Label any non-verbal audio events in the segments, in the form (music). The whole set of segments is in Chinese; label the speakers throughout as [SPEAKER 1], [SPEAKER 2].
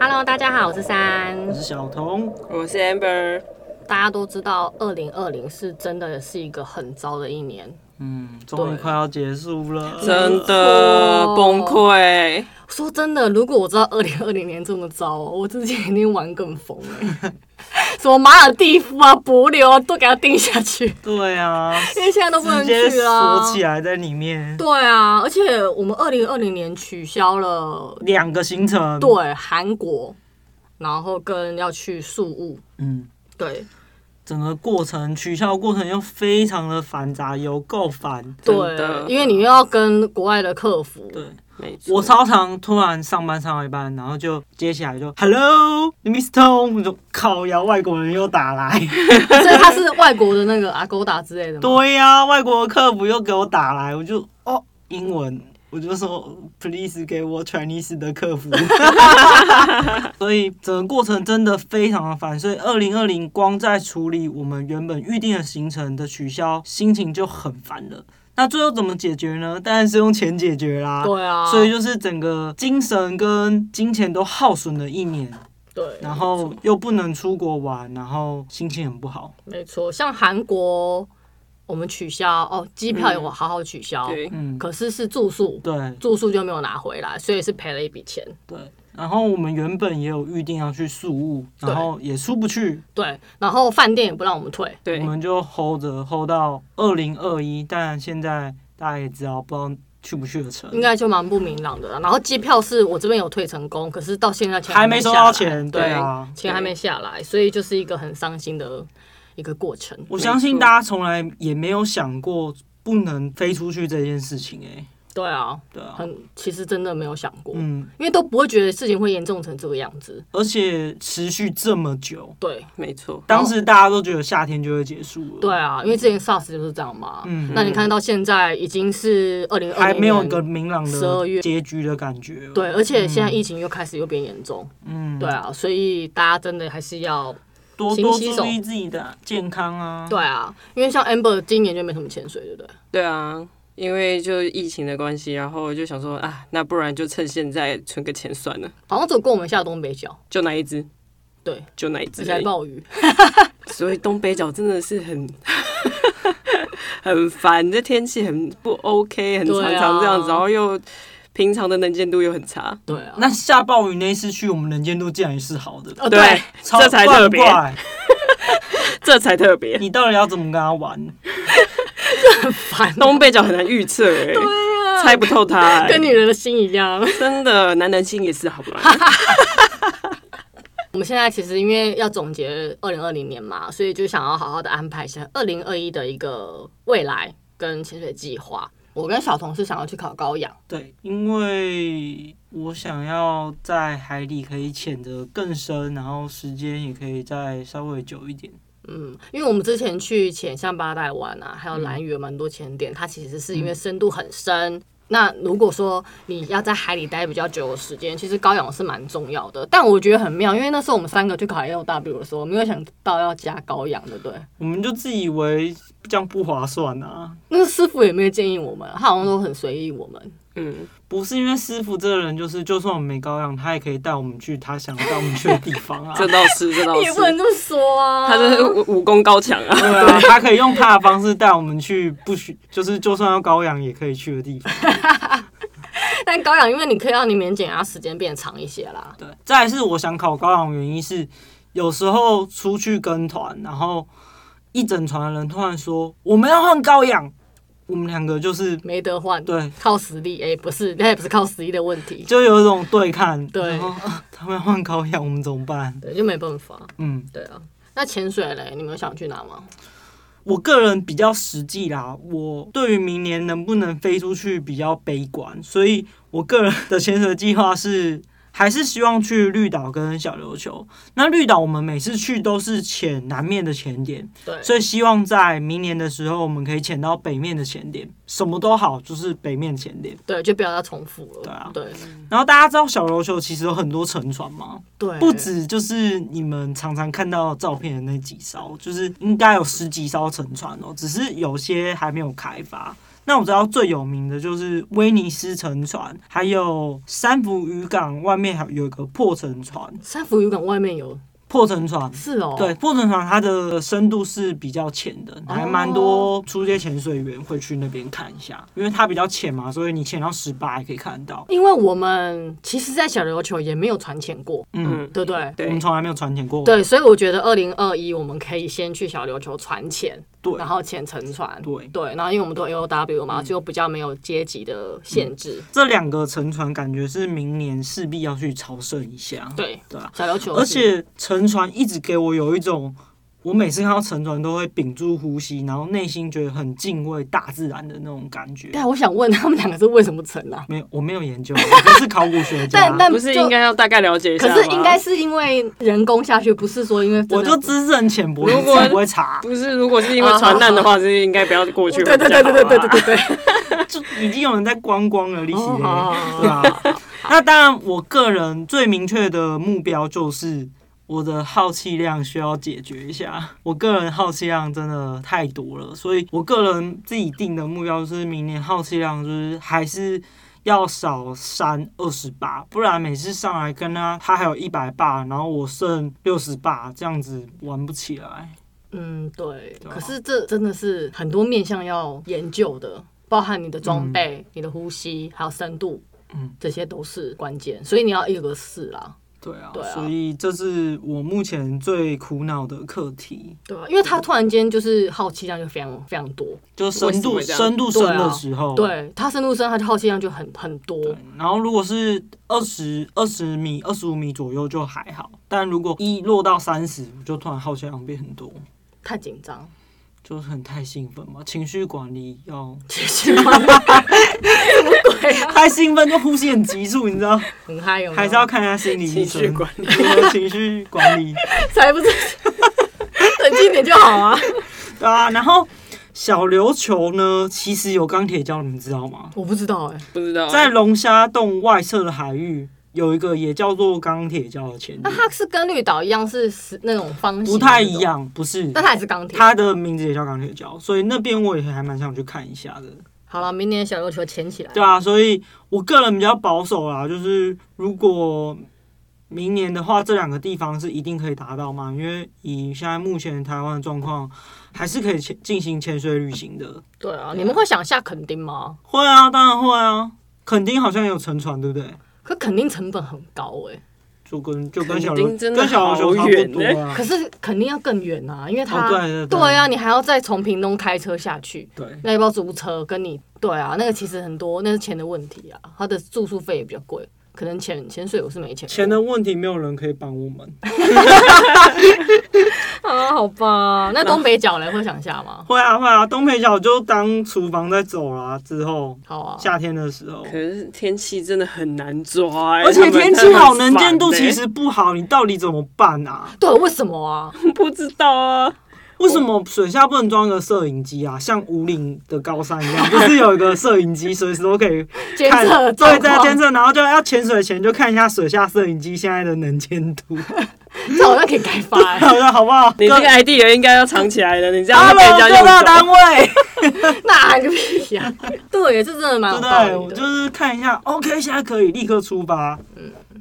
[SPEAKER 1] Hello，大家好，我是三。
[SPEAKER 2] 我是小童，
[SPEAKER 3] 我是 Amber，
[SPEAKER 1] 大家都知道，二零二零是真的是一个很糟的一年，
[SPEAKER 2] 嗯，终于
[SPEAKER 1] 对
[SPEAKER 2] 快要结
[SPEAKER 1] (laughs)
[SPEAKER 2] 束了，
[SPEAKER 3] 真的
[SPEAKER 1] 错
[SPEAKER 3] 崩溃。
[SPEAKER 1] 说真的，如果我知道二零二零年这么糟，哦我之前一定玩更疯哎、
[SPEAKER 3] (laughs)
[SPEAKER 1] 什么马尔蒂夫啊、帛琉啊，都给它定下去，
[SPEAKER 2] 对啊，
[SPEAKER 1] 因为现在都 (laughs) 不能
[SPEAKER 2] 直接
[SPEAKER 1] 去啊。
[SPEAKER 2] 锁起来在里面，
[SPEAKER 1] 对啊，而且我们二零二零年取消了
[SPEAKER 2] 两个行程，，
[SPEAKER 1] 对韩国，然后跟要去宿务，
[SPEAKER 2] 嗯，
[SPEAKER 1] 对
[SPEAKER 2] 整个过程取消过程又非常的繁杂，有够烦。
[SPEAKER 1] 对
[SPEAKER 3] 真的，
[SPEAKER 1] 因为你又要跟国外的客服，
[SPEAKER 2] 对
[SPEAKER 3] 没错，
[SPEAKER 2] 我超常突然上班上到一半，然后就接起来就 Hello，Mr. Tom，我就靠呀，外国人又打来，
[SPEAKER 1] 所以他是外国的那个 Agoda 之类的吗？
[SPEAKER 2] 对呀、外国的客服又给我打来，我就哦，英文，我就说 please 给我 Chinese 的
[SPEAKER 1] (laughs)
[SPEAKER 2] 客服， (laughs) 所以整个过程真的非常的烦，所以二零二零光在处理我们原本预定的行程的取消，心情就很烦了。那最后怎么解决呢？当然是用钱解决啦。
[SPEAKER 1] 对啊，
[SPEAKER 2] 所以就是整个精神跟金钱都耗损了一年，
[SPEAKER 1] 对，
[SPEAKER 2] 然后又不能出国玩，然后心情很不好。
[SPEAKER 1] 没错，像韩国我们取消哦，机票有好好取消，
[SPEAKER 3] 对，
[SPEAKER 2] 嗯，
[SPEAKER 1] 可是是住宿，
[SPEAKER 2] 对
[SPEAKER 1] 住宿就没有拿回来，所以是赔了一笔钱。
[SPEAKER 2] 对。然后我们原本也有预定要去宿务，
[SPEAKER 1] 对
[SPEAKER 2] 然后也出不去，
[SPEAKER 1] 对，然后饭店也不让我们退，
[SPEAKER 3] 对
[SPEAKER 2] 我，们就 hold 着 hold 到二零二一，但现在大家也知道，不知道去不去得成，
[SPEAKER 1] 应该就蛮不明朗的啦。然后机票是我这边有退成功，可是到现在钱
[SPEAKER 2] 还
[SPEAKER 1] 没
[SPEAKER 2] 没收
[SPEAKER 1] 下
[SPEAKER 2] 到
[SPEAKER 1] 来
[SPEAKER 2] 钱，
[SPEAKER 1] 对
[SPEAKER 2] 对啊。
[SPEAKER 1] 钱还没下来，所以就是一个很伤心的一个过程。
[SPEAKER 2] 我相信
[SPEAKER 3] 没错
[SPEAKER 2] 大家从来也没有想过不能飞出去这件事情、哎，
[SPEAKER 1] 对啊，
[SPEAKER 2] 对啊，
[SPEAKER 1] 很其实真的没有想过，
[SPEAKER 2] 嗯，
[SPEAKER 1] 因为都不会觉得事情会严重成这个样子。
[SPEAKER 2] 而且持续这么久，
[SPEAKER 1] 对
[SPEAKER 3] 没错，
[SPEAKER 2] 当时大家都觉得夏天就会结束了，
[SPEAKER 1] 哦对，啊，因为之前 SARS 就是这样嘛。
[SPEAKER 2] 嗯
[SPEAKER 1] 那你看到现在已经是二零二
[SPEAKER 2] 还没有一个明朗
[SPEAKER 1] 12
[SPEAKER 2] 的
[SPEAKER 1] 月
[SPEAKER 2] 结局的感觉，
[SPEAKER 1] 对，，而且现在疫情又开始又变严重，
[SPEAKER 2] 嗯，
[SPEAKER 1] 对啊，所以大家真的还是要
[SPEAKER 2] 多
[SPEAKER 1] 勤
[SPEAKER 2] 多
[SPEAKER 1] 洗手
[SPEAKER 2] 注意自己的健康啊，
[SPEAKER 1] 对啊，因为像 Amber 今年就没什么潜水，对不对？
[SPEAKER 3] 对啊。因为就疫情的关系，然后就想说啊，那不然就趁现在存个钱算了，
[SPEAKER 1] 好像只有跟我们下东北角，
[SPEAKER 3] 就那一只，
[SPEAKER 1] 对，
[SPEAKER 3] 就那一只
[SPEAKER 1] 而且还
[SPEAKER 3] 而已。
[SPEAKER 1] 暴雨，
[SPEAKER 3] 所以东北角真的是很 (laughs) 很烦，这天气很不 OK，很常
[SPEAKER 1] 对啊
[SPEAKER 3] 常这样子，然后又平常的能见度又很差。
[SPEAKER 1] 对啊，
[SPEAKER 2] 那下暴雨那一次去，我们能见度竟然也是好的，
[SPEAKER 1] 哦对，
[SPEAKER 2] 超
[SPEAKER 3] 这才
[SPEAKER 2] 怪
[SPEAKER 3] 特别
[SPEAKER 2] 怪
[SPEAKER 3] 这才特别。
[SPEAKER 2] 你到底要怎么跟他玩？
[SPEAKER 1] 烦哦，
[SPEAKER 3] 东北角很难预测、欸，猜不透它、欸，
[SPEAKER 1] 啊跟女人的心一样。 (laughs)
[SPEAKER 3] 真的男人心也是好吗？
[SPEAKER 2] (laughs)
[SPEAKER 1] 我们现在其实因为要总结二零二零年嘛，所以就想要好好的安排一下二零二一的一个未来跟潜水计划。我跟小同事想要去考高氧，
[SPEAKER 2] 对，因为我想要在海里可以潜得更深，然后时间也可以再稍微久一点。
[SPEAKER 1] 嗯，因为我们之前去潜像八代湾啊，还有蓝屿有蛮多潜点，它其实是因为深度很深。那如果说你要在海里待比较久的时间，其实高氧是蛮重要的。但我觉得很妙，因为那时候我们三个去考 L W 的时候，没有想到要加高氧，对不对？
[SPEAKER 2] 我们就自以为这样不划算啊，
[SPEAKER 1] 那个师傅也没有建议我们，他好像都很随意我们。
[SPEAKER 3] 嗯，
[SPEAKER 2] 不是因为师傅这个人，就是就算我们没高氧，他也可以带我们去他想带我们去的地方
[SPEAKER 3] (laughs)
[SPEAKER 2] 啊。
[SPEAKER 3] 这倒
[SPEAKER 2] (laughs)
[SPEAKER 3] 是，这倒
[SPEAKER 1] 也不能
[SPEAKER 3] 是，
[SPEAKER 1] 这么说啊，
[SPEAKER 3] 他就是武武功高强啊。
[SPEAKER 2] 对啊，他可以用他的方式带我们去不许，就是就算要高氧也可以去的地方。
[SPEAKER 1] 但高氧，因为你可以让你免检压时间变长一些啦。
[SPEAKER 2] 对，再来是我想考高氧的原因是，有时候出去跟团，然后一整船的人突然说我们要换高氧，我们两个就是
[SPEAKER 1] 没得换，
[SPEAKER 2] 对，
[SPEAKER 1] 靠实力，哎、不是，那也不是靠实力的问题，
[SPEAKER 2] 就有一种对看，
[SPEAKER 1] 对
[SPEAKER 2] 然后啊他们要换高氧，我们怎么办？
[SPEAKER 1] 对，就没办法，
[SPEAKER 2] 嗯，
[SPEAKER 1] 对啊。那潜水嘞，你们有想去哪吗？
[SPEAKER 2] 我个人比较实际啦，我对于明年能不能飞出去比较悲观，所以我个人的潜水计划是。还是希望去绿岛跟小琉球。那绿岛我们每次去都是潜南面的潜点，
[SPEAKER 1] 对，
[SPEAKER 2] 所以希望在明年的时候，我们可以潜到北面的潜点，什么都好，就是北面潜点。
[SPEAKER 1] 对，就不要再重复了。
[SPEAKER 2] 对啊
[SPEAKER 1] 对
[SPEAKER 2] 然后大家知道小琉球其实有很多沉船吗？
[SPEAKER 1] 对
[SPEAKER 2] 不止就是你们常常看到照片的那几艘，就是应该有十几艘沉船哦，只是有些还没有开发。那我知道最有名的就是威尼斯沉船，还有三福渔港外面还有一个破沉船，
[SPEAKER 1] 三福渔港外面有
[SPEAKER 2] 破沉船。
[SPEAKER 1] 是哦，
[SPEAKER 2] 对，破沉船它的深度是比较浅的，还蛮多出街潜水员会去那边看一下，因为它比较浅嘛，所以你潜到十八也可以看到。
[SPEAKER 1] 因为我们其实，在小琉球也没有船潜过，
[SPEAKER 2] 嗯，
[SPEAKER 3] 嗯，
[SPEAKER 1] 对不对？
[SPEAKER 2] 我们
[SPEAKER 3] 对，
[SPEAKER 2] 从来没有船潜过。
[SPEAKER 1] 对，所以我觉得二零二一我们可以先去小琉球船潜，
[SPEAKER 2] 对
[SPEAKER 1] 然后潜沉船，
[SPEAKER 2] 对嗯
[SPEAKER 1] 对，然后因为我们都 L O W 嘛，就比较没有阶级的限制，
[SPEAKER 2] 这两个沉船感觉是明年势必要去朝圣一下。
[SPEAKER 1] 对，
[SPEAKER 2] 对啊，
[SPEAKER 1] 小琉球是，
[SPEAKER 2] 而且沉船一直给我有一种，我每次看到沉船都会屏住呼吸，然后内心觉得很敬畏大自然的那种感觉。
[SPEAKER 1] 啊但我想问他们两个是为什么沉啊？
[SPEAKER 2] 没有，我没有研究，我不是考古学家。
[SPEAKER 1] (laughs) 但但
[SPEAKER 3] 不是
[SPEAKER 1] 就
[SPEAKER 3] 应该要大概了解一下
[SPEAKER 1] 可
[SPEAKER 3] 吗？
[SPEAKER 1] 是应该是因为人工下去，不是说因为真的
[SPEAKER 2] 我就知识很浅薄，
[SPEAKER 3] 如
[SPEAKER 2] 我
[SPEAKER 3] 果
[SPEAKER 2] 不会查，
[SPEAKER 3] 不是，如果是因为船难的
[SPEAKER 2] 啊
[SPEAKER 3] 话，是应该不要过去。
[SPEAKER 1] 对对对对对对对对对，
[SPEAKER 2] 就已经有人在观光了，利息
[SPEAKER 1] 哦好好好
[SPEAKER 2] 对吧？那当然，我个人最明确的目标就是。我的好奇量需要解决一下，我个人好奇量真的太多了，所以我个人自己定的目标就是明年好奇量就是还是要少删二十八，不然每次上来跟他他还有一百八，然后我剩六十八，这样子玩不起来。
[SPEAKER 1] 嗯，对。
[SPEAKER 2] 对啊
[SPEAKER 1] 可是这真的是很多面向要研究的，包含你的装备、你的呼吸，还有深度，
[SPEAKER 2] 嗯，
[SPEAKER 1] 这些都是关键。所以你要一个试啦，
[SPEAKER 2] 对啊，
[SPEAKER 1] 对啊
[SPEAKER 2] 所以这是我目前最苦恼的课题，
[SPEAKER 1] 对啊，因为他突然间就是好奇量就非常非常多，
[SPEAKER 2] 就深度
[SPEAKER 3] 为什么这样啊
[SPEAKER 2] 深度深的时候，
[SPEAKER 1] 对他深度深，他的好奇量就很很多。
[SPEAKER 2] 哦对然后如果是二十二十米、二十五米左右就还好，但如果一落到三十，就突然好奇量变很多，
[SPEAKER 1] 太紧张， (laughs)
[SPEAKER 2] 就是很太兴奋嘛，情绪管理
[SPEAKER 3] (laughs)
[SPEAKER 2] 要
[SPEAKER 1] 其实蛮什么鬼啊？
[SPEAKER 2] 太兴奋就呼吸很急促，你知
[SPEAKER 3] (laughs)
[SPEAKER 2] 道，
[SPEAKER 1] 很嗨有没有
[SPEAKER 2] 还是要看一下心理医
[SPEAKER 3] 啊情
[SPEAKER 2] 生
[SPEAKER 3] 绪管理。
[SPEAKER 2] 对啊情绪管理。
[SPEAKER 1] 才
[SPEAKER 2] (laughs)
[SPEAKER 1] 不是冷静点就好啊！
[SPEAKER 2] 对啊，然后小琉球呢，其实有钢铁礁，你们知道欸吗？
[SPEAKER 1] 我不知道哎、
[SPEAKER 3] 不知道
[SPEAKER 2] 在龙虾洞外侧的海域有一个也叫做钢铁礁的潜
[SPEAKER 3] 啊
[SPEAKER 1] 那
[SPEAKER 2] 点，
[SPEAKER 1] 它是跟绿岛一样是是那种方形，
[SPEAKER 2] 不太一，样，不是？
[SPEAKER 3] 啊
[SPEAKER 1] 但它也是钢铁。
[SPEAKER 2] 它的名字也叫钢铁礁，所以那边我也还蛮想去看一下的。
[SPEAKER 1] 好了，明年小琉球潜起来。
[SPEAKER 2] 对啊，所以我个人比较保守啦，就是如果明年的话，这两个地方是一定可以达到嘛，因为以现在目前台湾的状况，还是可以潜进行潜水旅行的。
[SPEAKER 1] 对啊，你们会想下垦丁吗？
[SPEAKER 2] 会啊，当然会啊，垦丁好像也有沉船，对不对？
[SPEAKER 1] 可垦丁成本很高哎、
[SPEAKER 2] 就跟就跟小
[SPEAKER 3] 垦丁
[SPEAKER 2] 琉
[SPEAKER 3] 真的
[SPEAKER 2] 跟小琉球差
[SPEAKER 3] (laughs) 好
[SPEAKER 2] 不
[SPEAKER 3] 远哦
[SPEAKER 2] 多啊。
[SPEAKER 1] 可是垦丁要更远啊，因为它、
[SPEAKER 2] 哦对对对
[SPEAKER 1] 啊，你还要再从屏东开车下去，
[SPEAKER 2] 对，
[SPEAKER 1] 那要不要租车？跟你对啊，那个其实很多，那是钱的问题啊，它的住宿费也比较贵，可能潜潜水我是没钱
[SPEAKER 2] 钱的问题没有人可以帮我们。
[SPEAKER 1] 啊，好
[SPEAKER 2] (laughs)
[SPEAKER 1] 吧，那东北角嘞会想下吗？
[SPEAKER 2] 会啊会啊，东北角就当厨房在走啦，之后
[SPEAKER 1] 好啊，
[SPEAKER 2] 夏天的时候
[SPEAKER 3] 可。是天气真的很难抓、欸，
[SPEAKER 2] 而且
[SPEAKER 3] 他们
[SPEAKER 2] 天气好，
[SPEAKER 3] 他们
[SPEAKER 2] 能
[SPEAKER 3] 很烦
[SPEAKER 2] 见度
[SPEAKER 3] 欸
[SPEAKER 2] 其实不好，你到底怎么办啊？
[SPEAKER 1] 对，为什么啊？
[SPEAKER 3] (laughs) 不知道啊。
[SPEAKER 2] 为什么水下不能装个摄影机啊？像五岭的高山一样，就是有一个摄影机，随时都可以
[SPEAKER 1] 监
[SPEAKER 2] 看
[SPEAKER 1] 测，
[SPEAKER 2] 对，
[SPEAKER 1] 状
[SPEAKER 2] 在监
[SPEAKER 1] 况，
[SPEAKER 2] 测，然后就要潜水前就看一下水下摄影机现在的能见
[SPEAKER 3] (laughs)
[SPEAKER 2] 度，
[SPEAKER 1] 这好像可以开发、欸。
[SPEAKER 2] (laughs) 好的，好不好？
[SPEAKER 3] 你这
[SPEAKER 2] 各
[SPEAKER 3] 个 idea 应该要藏起来的，你这样会被人
[SPEAKER 2] Hello，
[SPEAKER 3] 家
[SPEAKER 2] 各大单
[SPEAKER 3] 用走。 (laughs)
[SPEAKER 2] 位，
[SPEAKER 1] 那个屁呀、对，这真的蛮
[SPEAKER 2] 对
[SPEAKER 1] 有
[SPEAKER 2] 不
[SPEAKER 1] 道理
[SPEAKER 2] 对？
[SPEAKER 1] 的。
[SPEAKER 2] 我就是看一下，OK，现在可以立刻出发。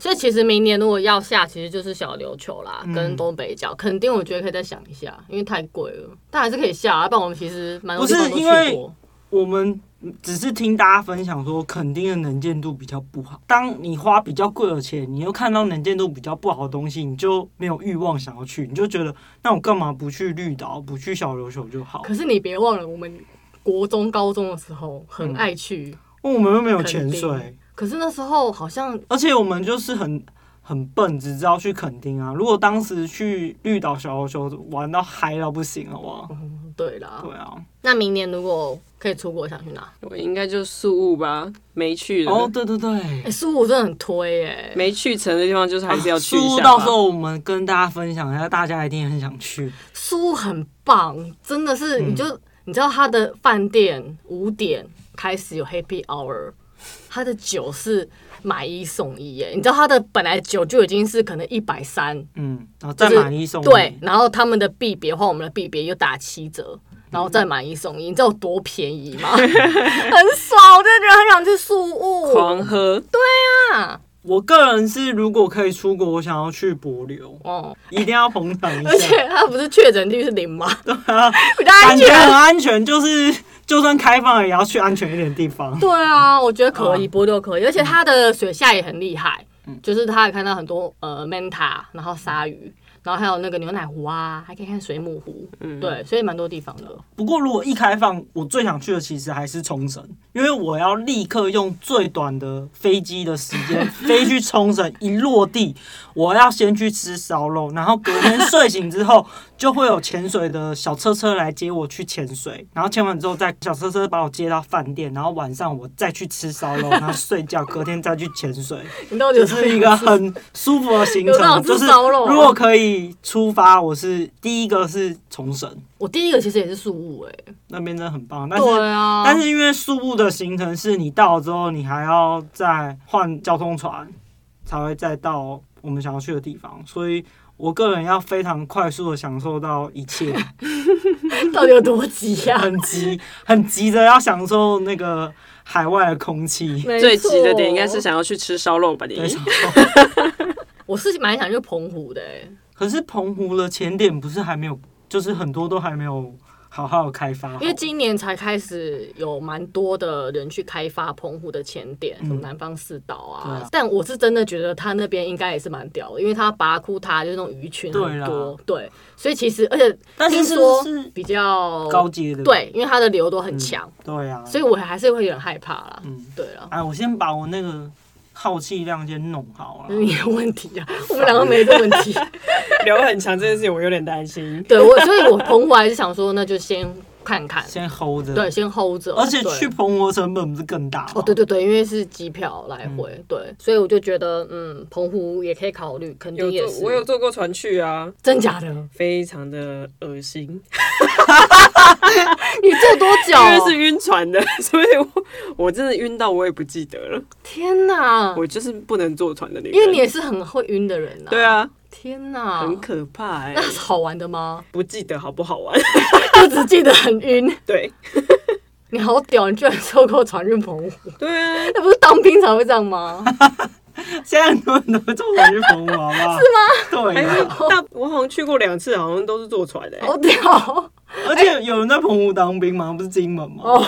[SPEAKER 1] 所以其实明年如果要下，其实就是小琉球啦，
[SPEAKER 2] 嗯
[SPEAKER 1] 跟东北角，肯定我觉得可以再想一下，因为太贵了，但还是可以下啊。不然我们其实蛮多地方都
[SPEAKER 2] 不是
[SPEAKER 1] 去
[SPEAKER 2] 因为
[SPEAKER 1] 过。
[SPEAKER 2] 我们只是听大家分享说，垦丁的能见度比较不好。当你花比较贵的钱，你又看到能见度比较不好的东西，你就没有欲望想要去，你就觉得那我干嘛不去绿岛，不去小琉球就好？
[SPEAKER 1] 可是你别忘了，我们国中、高中的时候
[SPEAKER 2] 嗯
[SPEAKER 1] 很爱去，
[SPEAKER 2] 因为我们又没有
[SPEAKER 1] 垦丁
[SPEAKER 2] 潜水，
[SPEAKER 1] 可是那时候好像
[SPEAKER 2] 而且我们就是很。很笨，只知道去垦丁啊！如果当时去绿岛、小琉球玩到嗨到不行，好不好？
[SPEAKER 1] 嗯对啦。
[SPEAKER 2] 对啊，
[SPEAKER 1] 那明年如果可以出国，想去哪？
[SPEAKER 3] 我应该就宿务吧，没去的，
[SPEAKER 2] 哦，对对对
[SPEAKER 1] 哎、，苏武真的很推哎、
[SPEAKER 3] 没去成的地方就是还是要去一
[SPEAKER 2] 书
[SPEAKER 3] 下吧。
[SPEAKER 2] 啊到时候我们跟大家分享一下，大家一定很想去。
[SPEAKER 1] 苏武很棒，真的
[SPEAKER 2] 嗯
[SPEAKER 1] 是，你就、你知道他的饭店五点开始有 Happy Hour，他的酒是买一送一耶，你知道他的本来酒就已经是可能一百三，
[SPEAKER 2] 嗯，然后
[SPEAKER 1] 就
[SPEAKER 2] 再
[SPEAKER 1] 是
[SPEAKER 2] 买一送一，
[SPEAKER 1] 对，然后他们的币别换我们的币别又打七折，然后再买一送一，你知道有多便宜
[SPEAKER 2] (laughs)
[SPEAKER 1] 吗？很爽，我真的觉得很想去宿雾
[SPEAKER 3] 狂喝，
[SPEAKER 1] 啊！
[SPEAKER 2] 我个人是，如果可以出国，我想要去
[SPEAKER 1] (laughs)
[SPEAKER 2] 博流，
[SPEAKER 1] 哦，
[SPEAKER 2] 一定要捧场一
[SPEAKER 1] 而
[SPEAKER 2] 下，
[SPEAKER 1] 且它不是确诊率是零吗？对 (laughs)
[SPEAKER 2] 啊
[SPEAKER 1] 比较安
[SPEAKER 2] 感觉
[SPEAKER 1] 全。
[SPEAKER 2] 很安全，就是就算开放也要去安全一点的地方。
[SPEAKER 1] 对啊，我觉得可
[SPEAKER 3] 嗯
[SPEAKER 1] 以，
[SPEAKER 2] 啊
[SPEAKER 1] 波六可以，而且它的水下也很厉害，就是它也看到很多呃 manta，然后鲨
[SPEAKER 3] 嗯
[SPEAKER 1] 鱼，然后还有那个牛奶湖啊，还可以看水母湖，
[SPEAKER 3] 嗯
[SPEAKER 1] 对，所以蛮多地方的。
[SPEAKER 2] 不过如果一开放，我最想去的其实还是冲绳，因为我要立刻用最短的飞机的时间飞去冲绳。一落地，我要先去吃烧肉，然后隔天睡醒之后，就会有潜水的小车车来接我去潜水，然后潜完之后再小车车把我接到饭店，然后晚上我再去吃烧肉，然后睡觉，隔天再去潜水，
[SPEAKER 1] 你到底有
[SPEAKER 2] (laughs) 就
[SPEAKER 1] 什么
[SPEAKER 2] 是一个很舒服的行
[SPEAKER 1] 有那种
[SPEAKER 2] 程。就
[SPEAKER 1] 吃
[SPEAKER 2] 是
[SPEAKER 1] 烧肉啊
[SPEAKER 2] 如果可以出发，我是第一个是冲绳。
[SPEAKER 1] 我第一个其实也是宿雾
[SPEAKER 3] (laughs)
[SPEAKER 1] 哎，
[SPEAKER 2] 那边真的很棒，但是
[SPEAKER 1] 对啊，
[SPEAKER 2] 但是因为宿务的行程是你到了之后，你还要再换交通船，才会再到我们想要去的地方，所以我个人要非常快速的享受到一
[SPEAKER 1] (laughs)
[SPEAKER 2] 切，
[SPEAKER 1] 到底有多啊急呀、
[SPEAKER 2] 很急，很急着要享受那个海外的空气。
[SPEAKER 1] 没
[SPEAKER 3] 最急的
[SPEAKER 1] 错
[SPEAKER 3] 点应该是想要去吃烧肉吧？你
[SPEAKER 2] 对，享受
[SPEAKER 1] 我是蛮想去澎湖的、欸，
[SPEAKER 2] 可是澎湖的前点不是还没有，就是很多都还没有好好地开发好，
[SPEAKER 1] 因为今年才开始有蛮多的人去开发澎湖的前点，什么南方四岛啊。
[SPEAKER 2] 嗯对啊
[SPEAKER 1] 但我是真的觉得他那边应该也是蛮屌的，因为他拔库塔就是那种鱼群很
[SPEAKER 2] 对啦
[SPEAKER 1] 多，对，所以其实而且
[SPEAKER 2] 但
[SPEAKER 1] 听
[SPEAKER 2] 是是
[SPEAKER 1] 说
[SPEAKER 2] 不是
[SPEAKER 1] 比较
[SPEAKER 2] 高阶的，
[SPEAKER 1] 对，因为它的流都很强，
[SPEAKER 2] 对啊，
[SPEAKER 1] 所以我还是会有点害怕啦。
[SPEAKER 2] 嗯，
[SPEAKER 1] 对啊了。
[SPEAKER 2] 哎，我先把我那个耗气量先弄好
[SPEAKER 1] 这
[SPEAKER 2] 了
[SPEAKER 1] 是。你的问题
[SPEAKER 2] (laughs)
[SPEAKER 1] 啊，我们两个没这问题。
[SPEAKER 3] 流很强这件事情，我有点担心。
[SPEAKER 1] 对我，所以我澎湖还是想说，那就先看看，
[SPEAKER 2] 先 hold 着。
[SPEAKER 1] 对，，先 hold 着。
[SPEAKER 2] 而且
[SPEAKER 1] 对
[SPEAKER 2] 去澎湖的成本不是更大吗？
[SPEAKER 1] 哦，对对对，因为是机票来
[SPEAKER 3] 嗯
[SPEAKER 1] 回，对，所以我就觉得，嗯，澎湖也可以考虑，肯定
[SPEAKER 3] 有
[SPEAKER 1] 也
[SPEAKER 3] 坐，
[SPEAKER 1] 是。
[SPEAKER 3] 我有坐过船去啊，
[SPEAKER 1] 真假的？
[SPEAKER 3] 非常的恶心，
[SPEAKER 1] 你坐多久？
[SPEAKER 3] 因为是晕船的， (laughs) 所以我我真的晕到我也不记得了，
[SPEAKER 1] 天哪！
[SPEAKER 3] 我就是不能坐船的那
[SPEAKER 1] 嗯
[SPEAKER 3] 个。
[SPEAKER 1] 因为你也是嗯很会晕的人呐、
[SPEAKER 3] 对，啊，
[SPEAKER 1] 天哪！
[SPEAKER 3] 很可怕哎、？
[SPEAKER 1] 那是好玩的吗
[SPEAKER 3] 不记得好不好玩？ (laughs)
[SPEAKER 1] 我只记得很晕。
[SPEAKER 3] 对
[SPEAKER 1] 你好屌，你居然坐过船运澎湖， (laughs)
[SPEAKER 3] 对啊，
[SPEAKER 1] 那不是当兵才会这样吗？
[SPEAKER 2] (laughs) 现在很多人都坐船去澎湖，好
[SPEAKER 1] (laughs)
[SPEAKER 2] 不好？是吗？对
[SPEAKER 3] 还
[SPEAKER 1] 嗯
[SPEAKER 3] 是
[SPEAKER 1] 哎
[SPEAKER 2] 啊，
[SPEAKER 3] 大我好像去过两次，好像都是坐船欸的、
[SPEAKER 1] 好屌！ (laughs)
[SPEAKER 2] 而且有人在澎湖当兵吗？不是金门吗？
[SPEAKER 1] 哦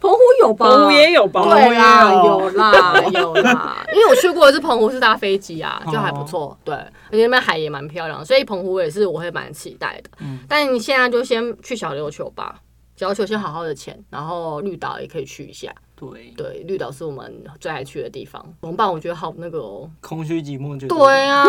[SPEAKER 1] 澎湖有吧？
[SPEAKER 3] 澎湖也有吧？
[SPEAKER 1] 对啦，
[SPEAKER 2] 澎
[SPEAKER 1] 有
[SPEAKER 2] 湖也 (laughs)
[SPEAKER 1] 啦，有啦，因为我去过一次澎湖是搭飞机啊，
[SPEAKER 2] 哦
[SPEAKER 1] 就还不错，对，而且那边海也蛮漂亮，所以澎湖也是我会蛮期待的。
[SPEAKER 2] 嗯
[SPEAKER 1] 但你现在就先去小琉球吧，小琉球先好好的潜，然后绿岛也可以去一下，
[SPEAKER 2] 对，
[SPEAKER 1] 对，绿岛是我们最爱去的地方。怎么办？我觉得好那个哦，
[SPEAKER 2] 空虚寂寞觉得。
[SPEAKER 1] 对 (laughs) 啊，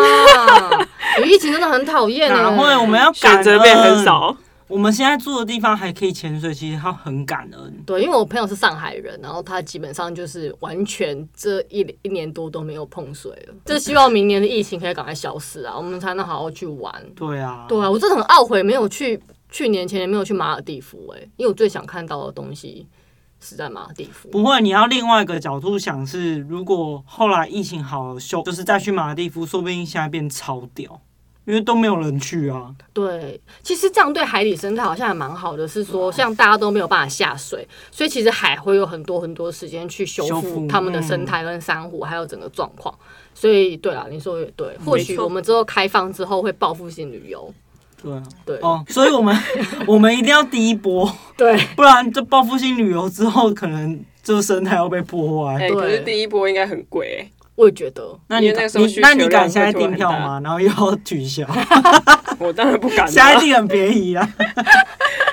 [SPEAKER 1] 有疫情真的很讨厌
[SPEAKER 2] 哪
[SPEAKER 1] 啊，
[SPEAKER 2] 会？我们要感
[SPEAKER 3] 选
[SPEAKER 2] 恩
[SPEAKER 3] 择变很。少，
[SPEAKER 2] 我们现在住的地方还可以潜水，其实他很感恩。
[SPEAKER 1] 对，因为我朋友是上海人，然后他基本上就是完全这一一年多都没有碰水了。就希望明年的疫情可以赶快消失啊，我们才能好好去玩。
[SPEAKER 2] 对啊，
[SPEAKER 1] 对啊，我真的很懊悔没有去去年前年没有去马尔蒂夫哎、因为我最想看到的东西是在马尔蒂夫。
[SPEAKER 2] 不会，你要另外一个角度想是，如果后来疫情好了，休就是再去马尔地夫，说不定现在变超屌，因为都没有人去啊。
[SPEAKER 1] 对，其实这样对海底生态好像还蛮好的，是说像大家都没有办法下水，所以其实海会有很多很多时间去修
[SPEAKER 2] 修
[SPEAKER 1] 复
[SPEAKER 2] 复嗯
[SPEAKER 1] 它们的生态跟珊瑚，还有整个状况。所以对啊，你说的也对，或许我们之后开放之后会报复性旅游。
[SPEAKER 2] 对啊，
[SPEAKER 1] 对，
[SPEAKER 2] 哦，所以我们 (laughs) 我们一定要第一波。
[SPEAKER 1] 对，
[SPEAKER 2] 不然这报复性旅游之后，可能就是生态要被破坏。
[SPEAKER 3] 哎、
[SPEAKER 1] 对
[SPEAKER 3] 可是第一波应该很贵、
[SPEAKER 1] 我也觉得。
[SPEAKER 2] 那你
[SPEAKER 3] 因为那时候
[SPEAKER 2] 你
[SPEAKER 3] 需求
[SPEAKER 2] 那你
[SPEAKER 3] 量
[SPEAKER 2] 敢
[SPEAKER 3] 会
[SPEAKER 2] 现在
[SPEAKER 3] 突然
[SPEAKER 2] 订票
[SPEAKER 3] 大
[SPEAKER 2] 吗？然后又要取
[SPEAKER 3] (laughs)
[SPEAKER 2] 消， (laughs)
[SPEAKER 3] 欸我当然不敢、
[SPEAKER 2] 现在
[SPEAKER 3] 啊，
[SPEAKER 2] 订很便宜啊。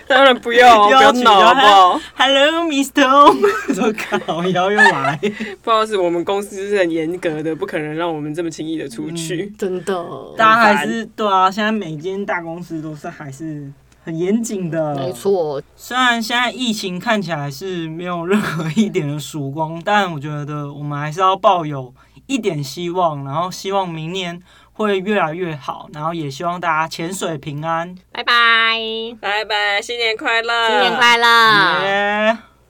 [SPEAKER 3] 当然不要，啊
[SPEAKER 2] 又
[SPEAKER 3] 不
[SPEAKER 2] 要
[SPEAKER 3] 要
[SPEAKER 2] 取
[SPEAKER 3] 闹
[SPEAKER 2] 消
[SPEAKER 3] 好不好？
[SPEAKER 2] (laughs) Hello, Mr. Home，说 (laughs) 靠，然后又来，
[SPEAKER 3] 不好意思，我们公司是很严格的，不可能让我们这么轻易的出去。
[SPEAKER 1] 真的，
[SPEAKER 2] 大家还是对啊，现在每间大公司都是还是。很严谨的，
[SPEAKER 1] 没。错，
[SPEAKER 2] 虽然现在疫情看起来是没有任何一点的曙光，但我觉得我们还是要抱有一点希望，然后希望明年会越来越好，然后也希望大家潜水平安。
[SPEAKER 1] 拜拜，新
[SPEAKER 3] 拜拜，新年快乐，
[SPEAKER 2] 啊
[SPEAKER 1] 年快乐。
[SPEAKER 2] 耶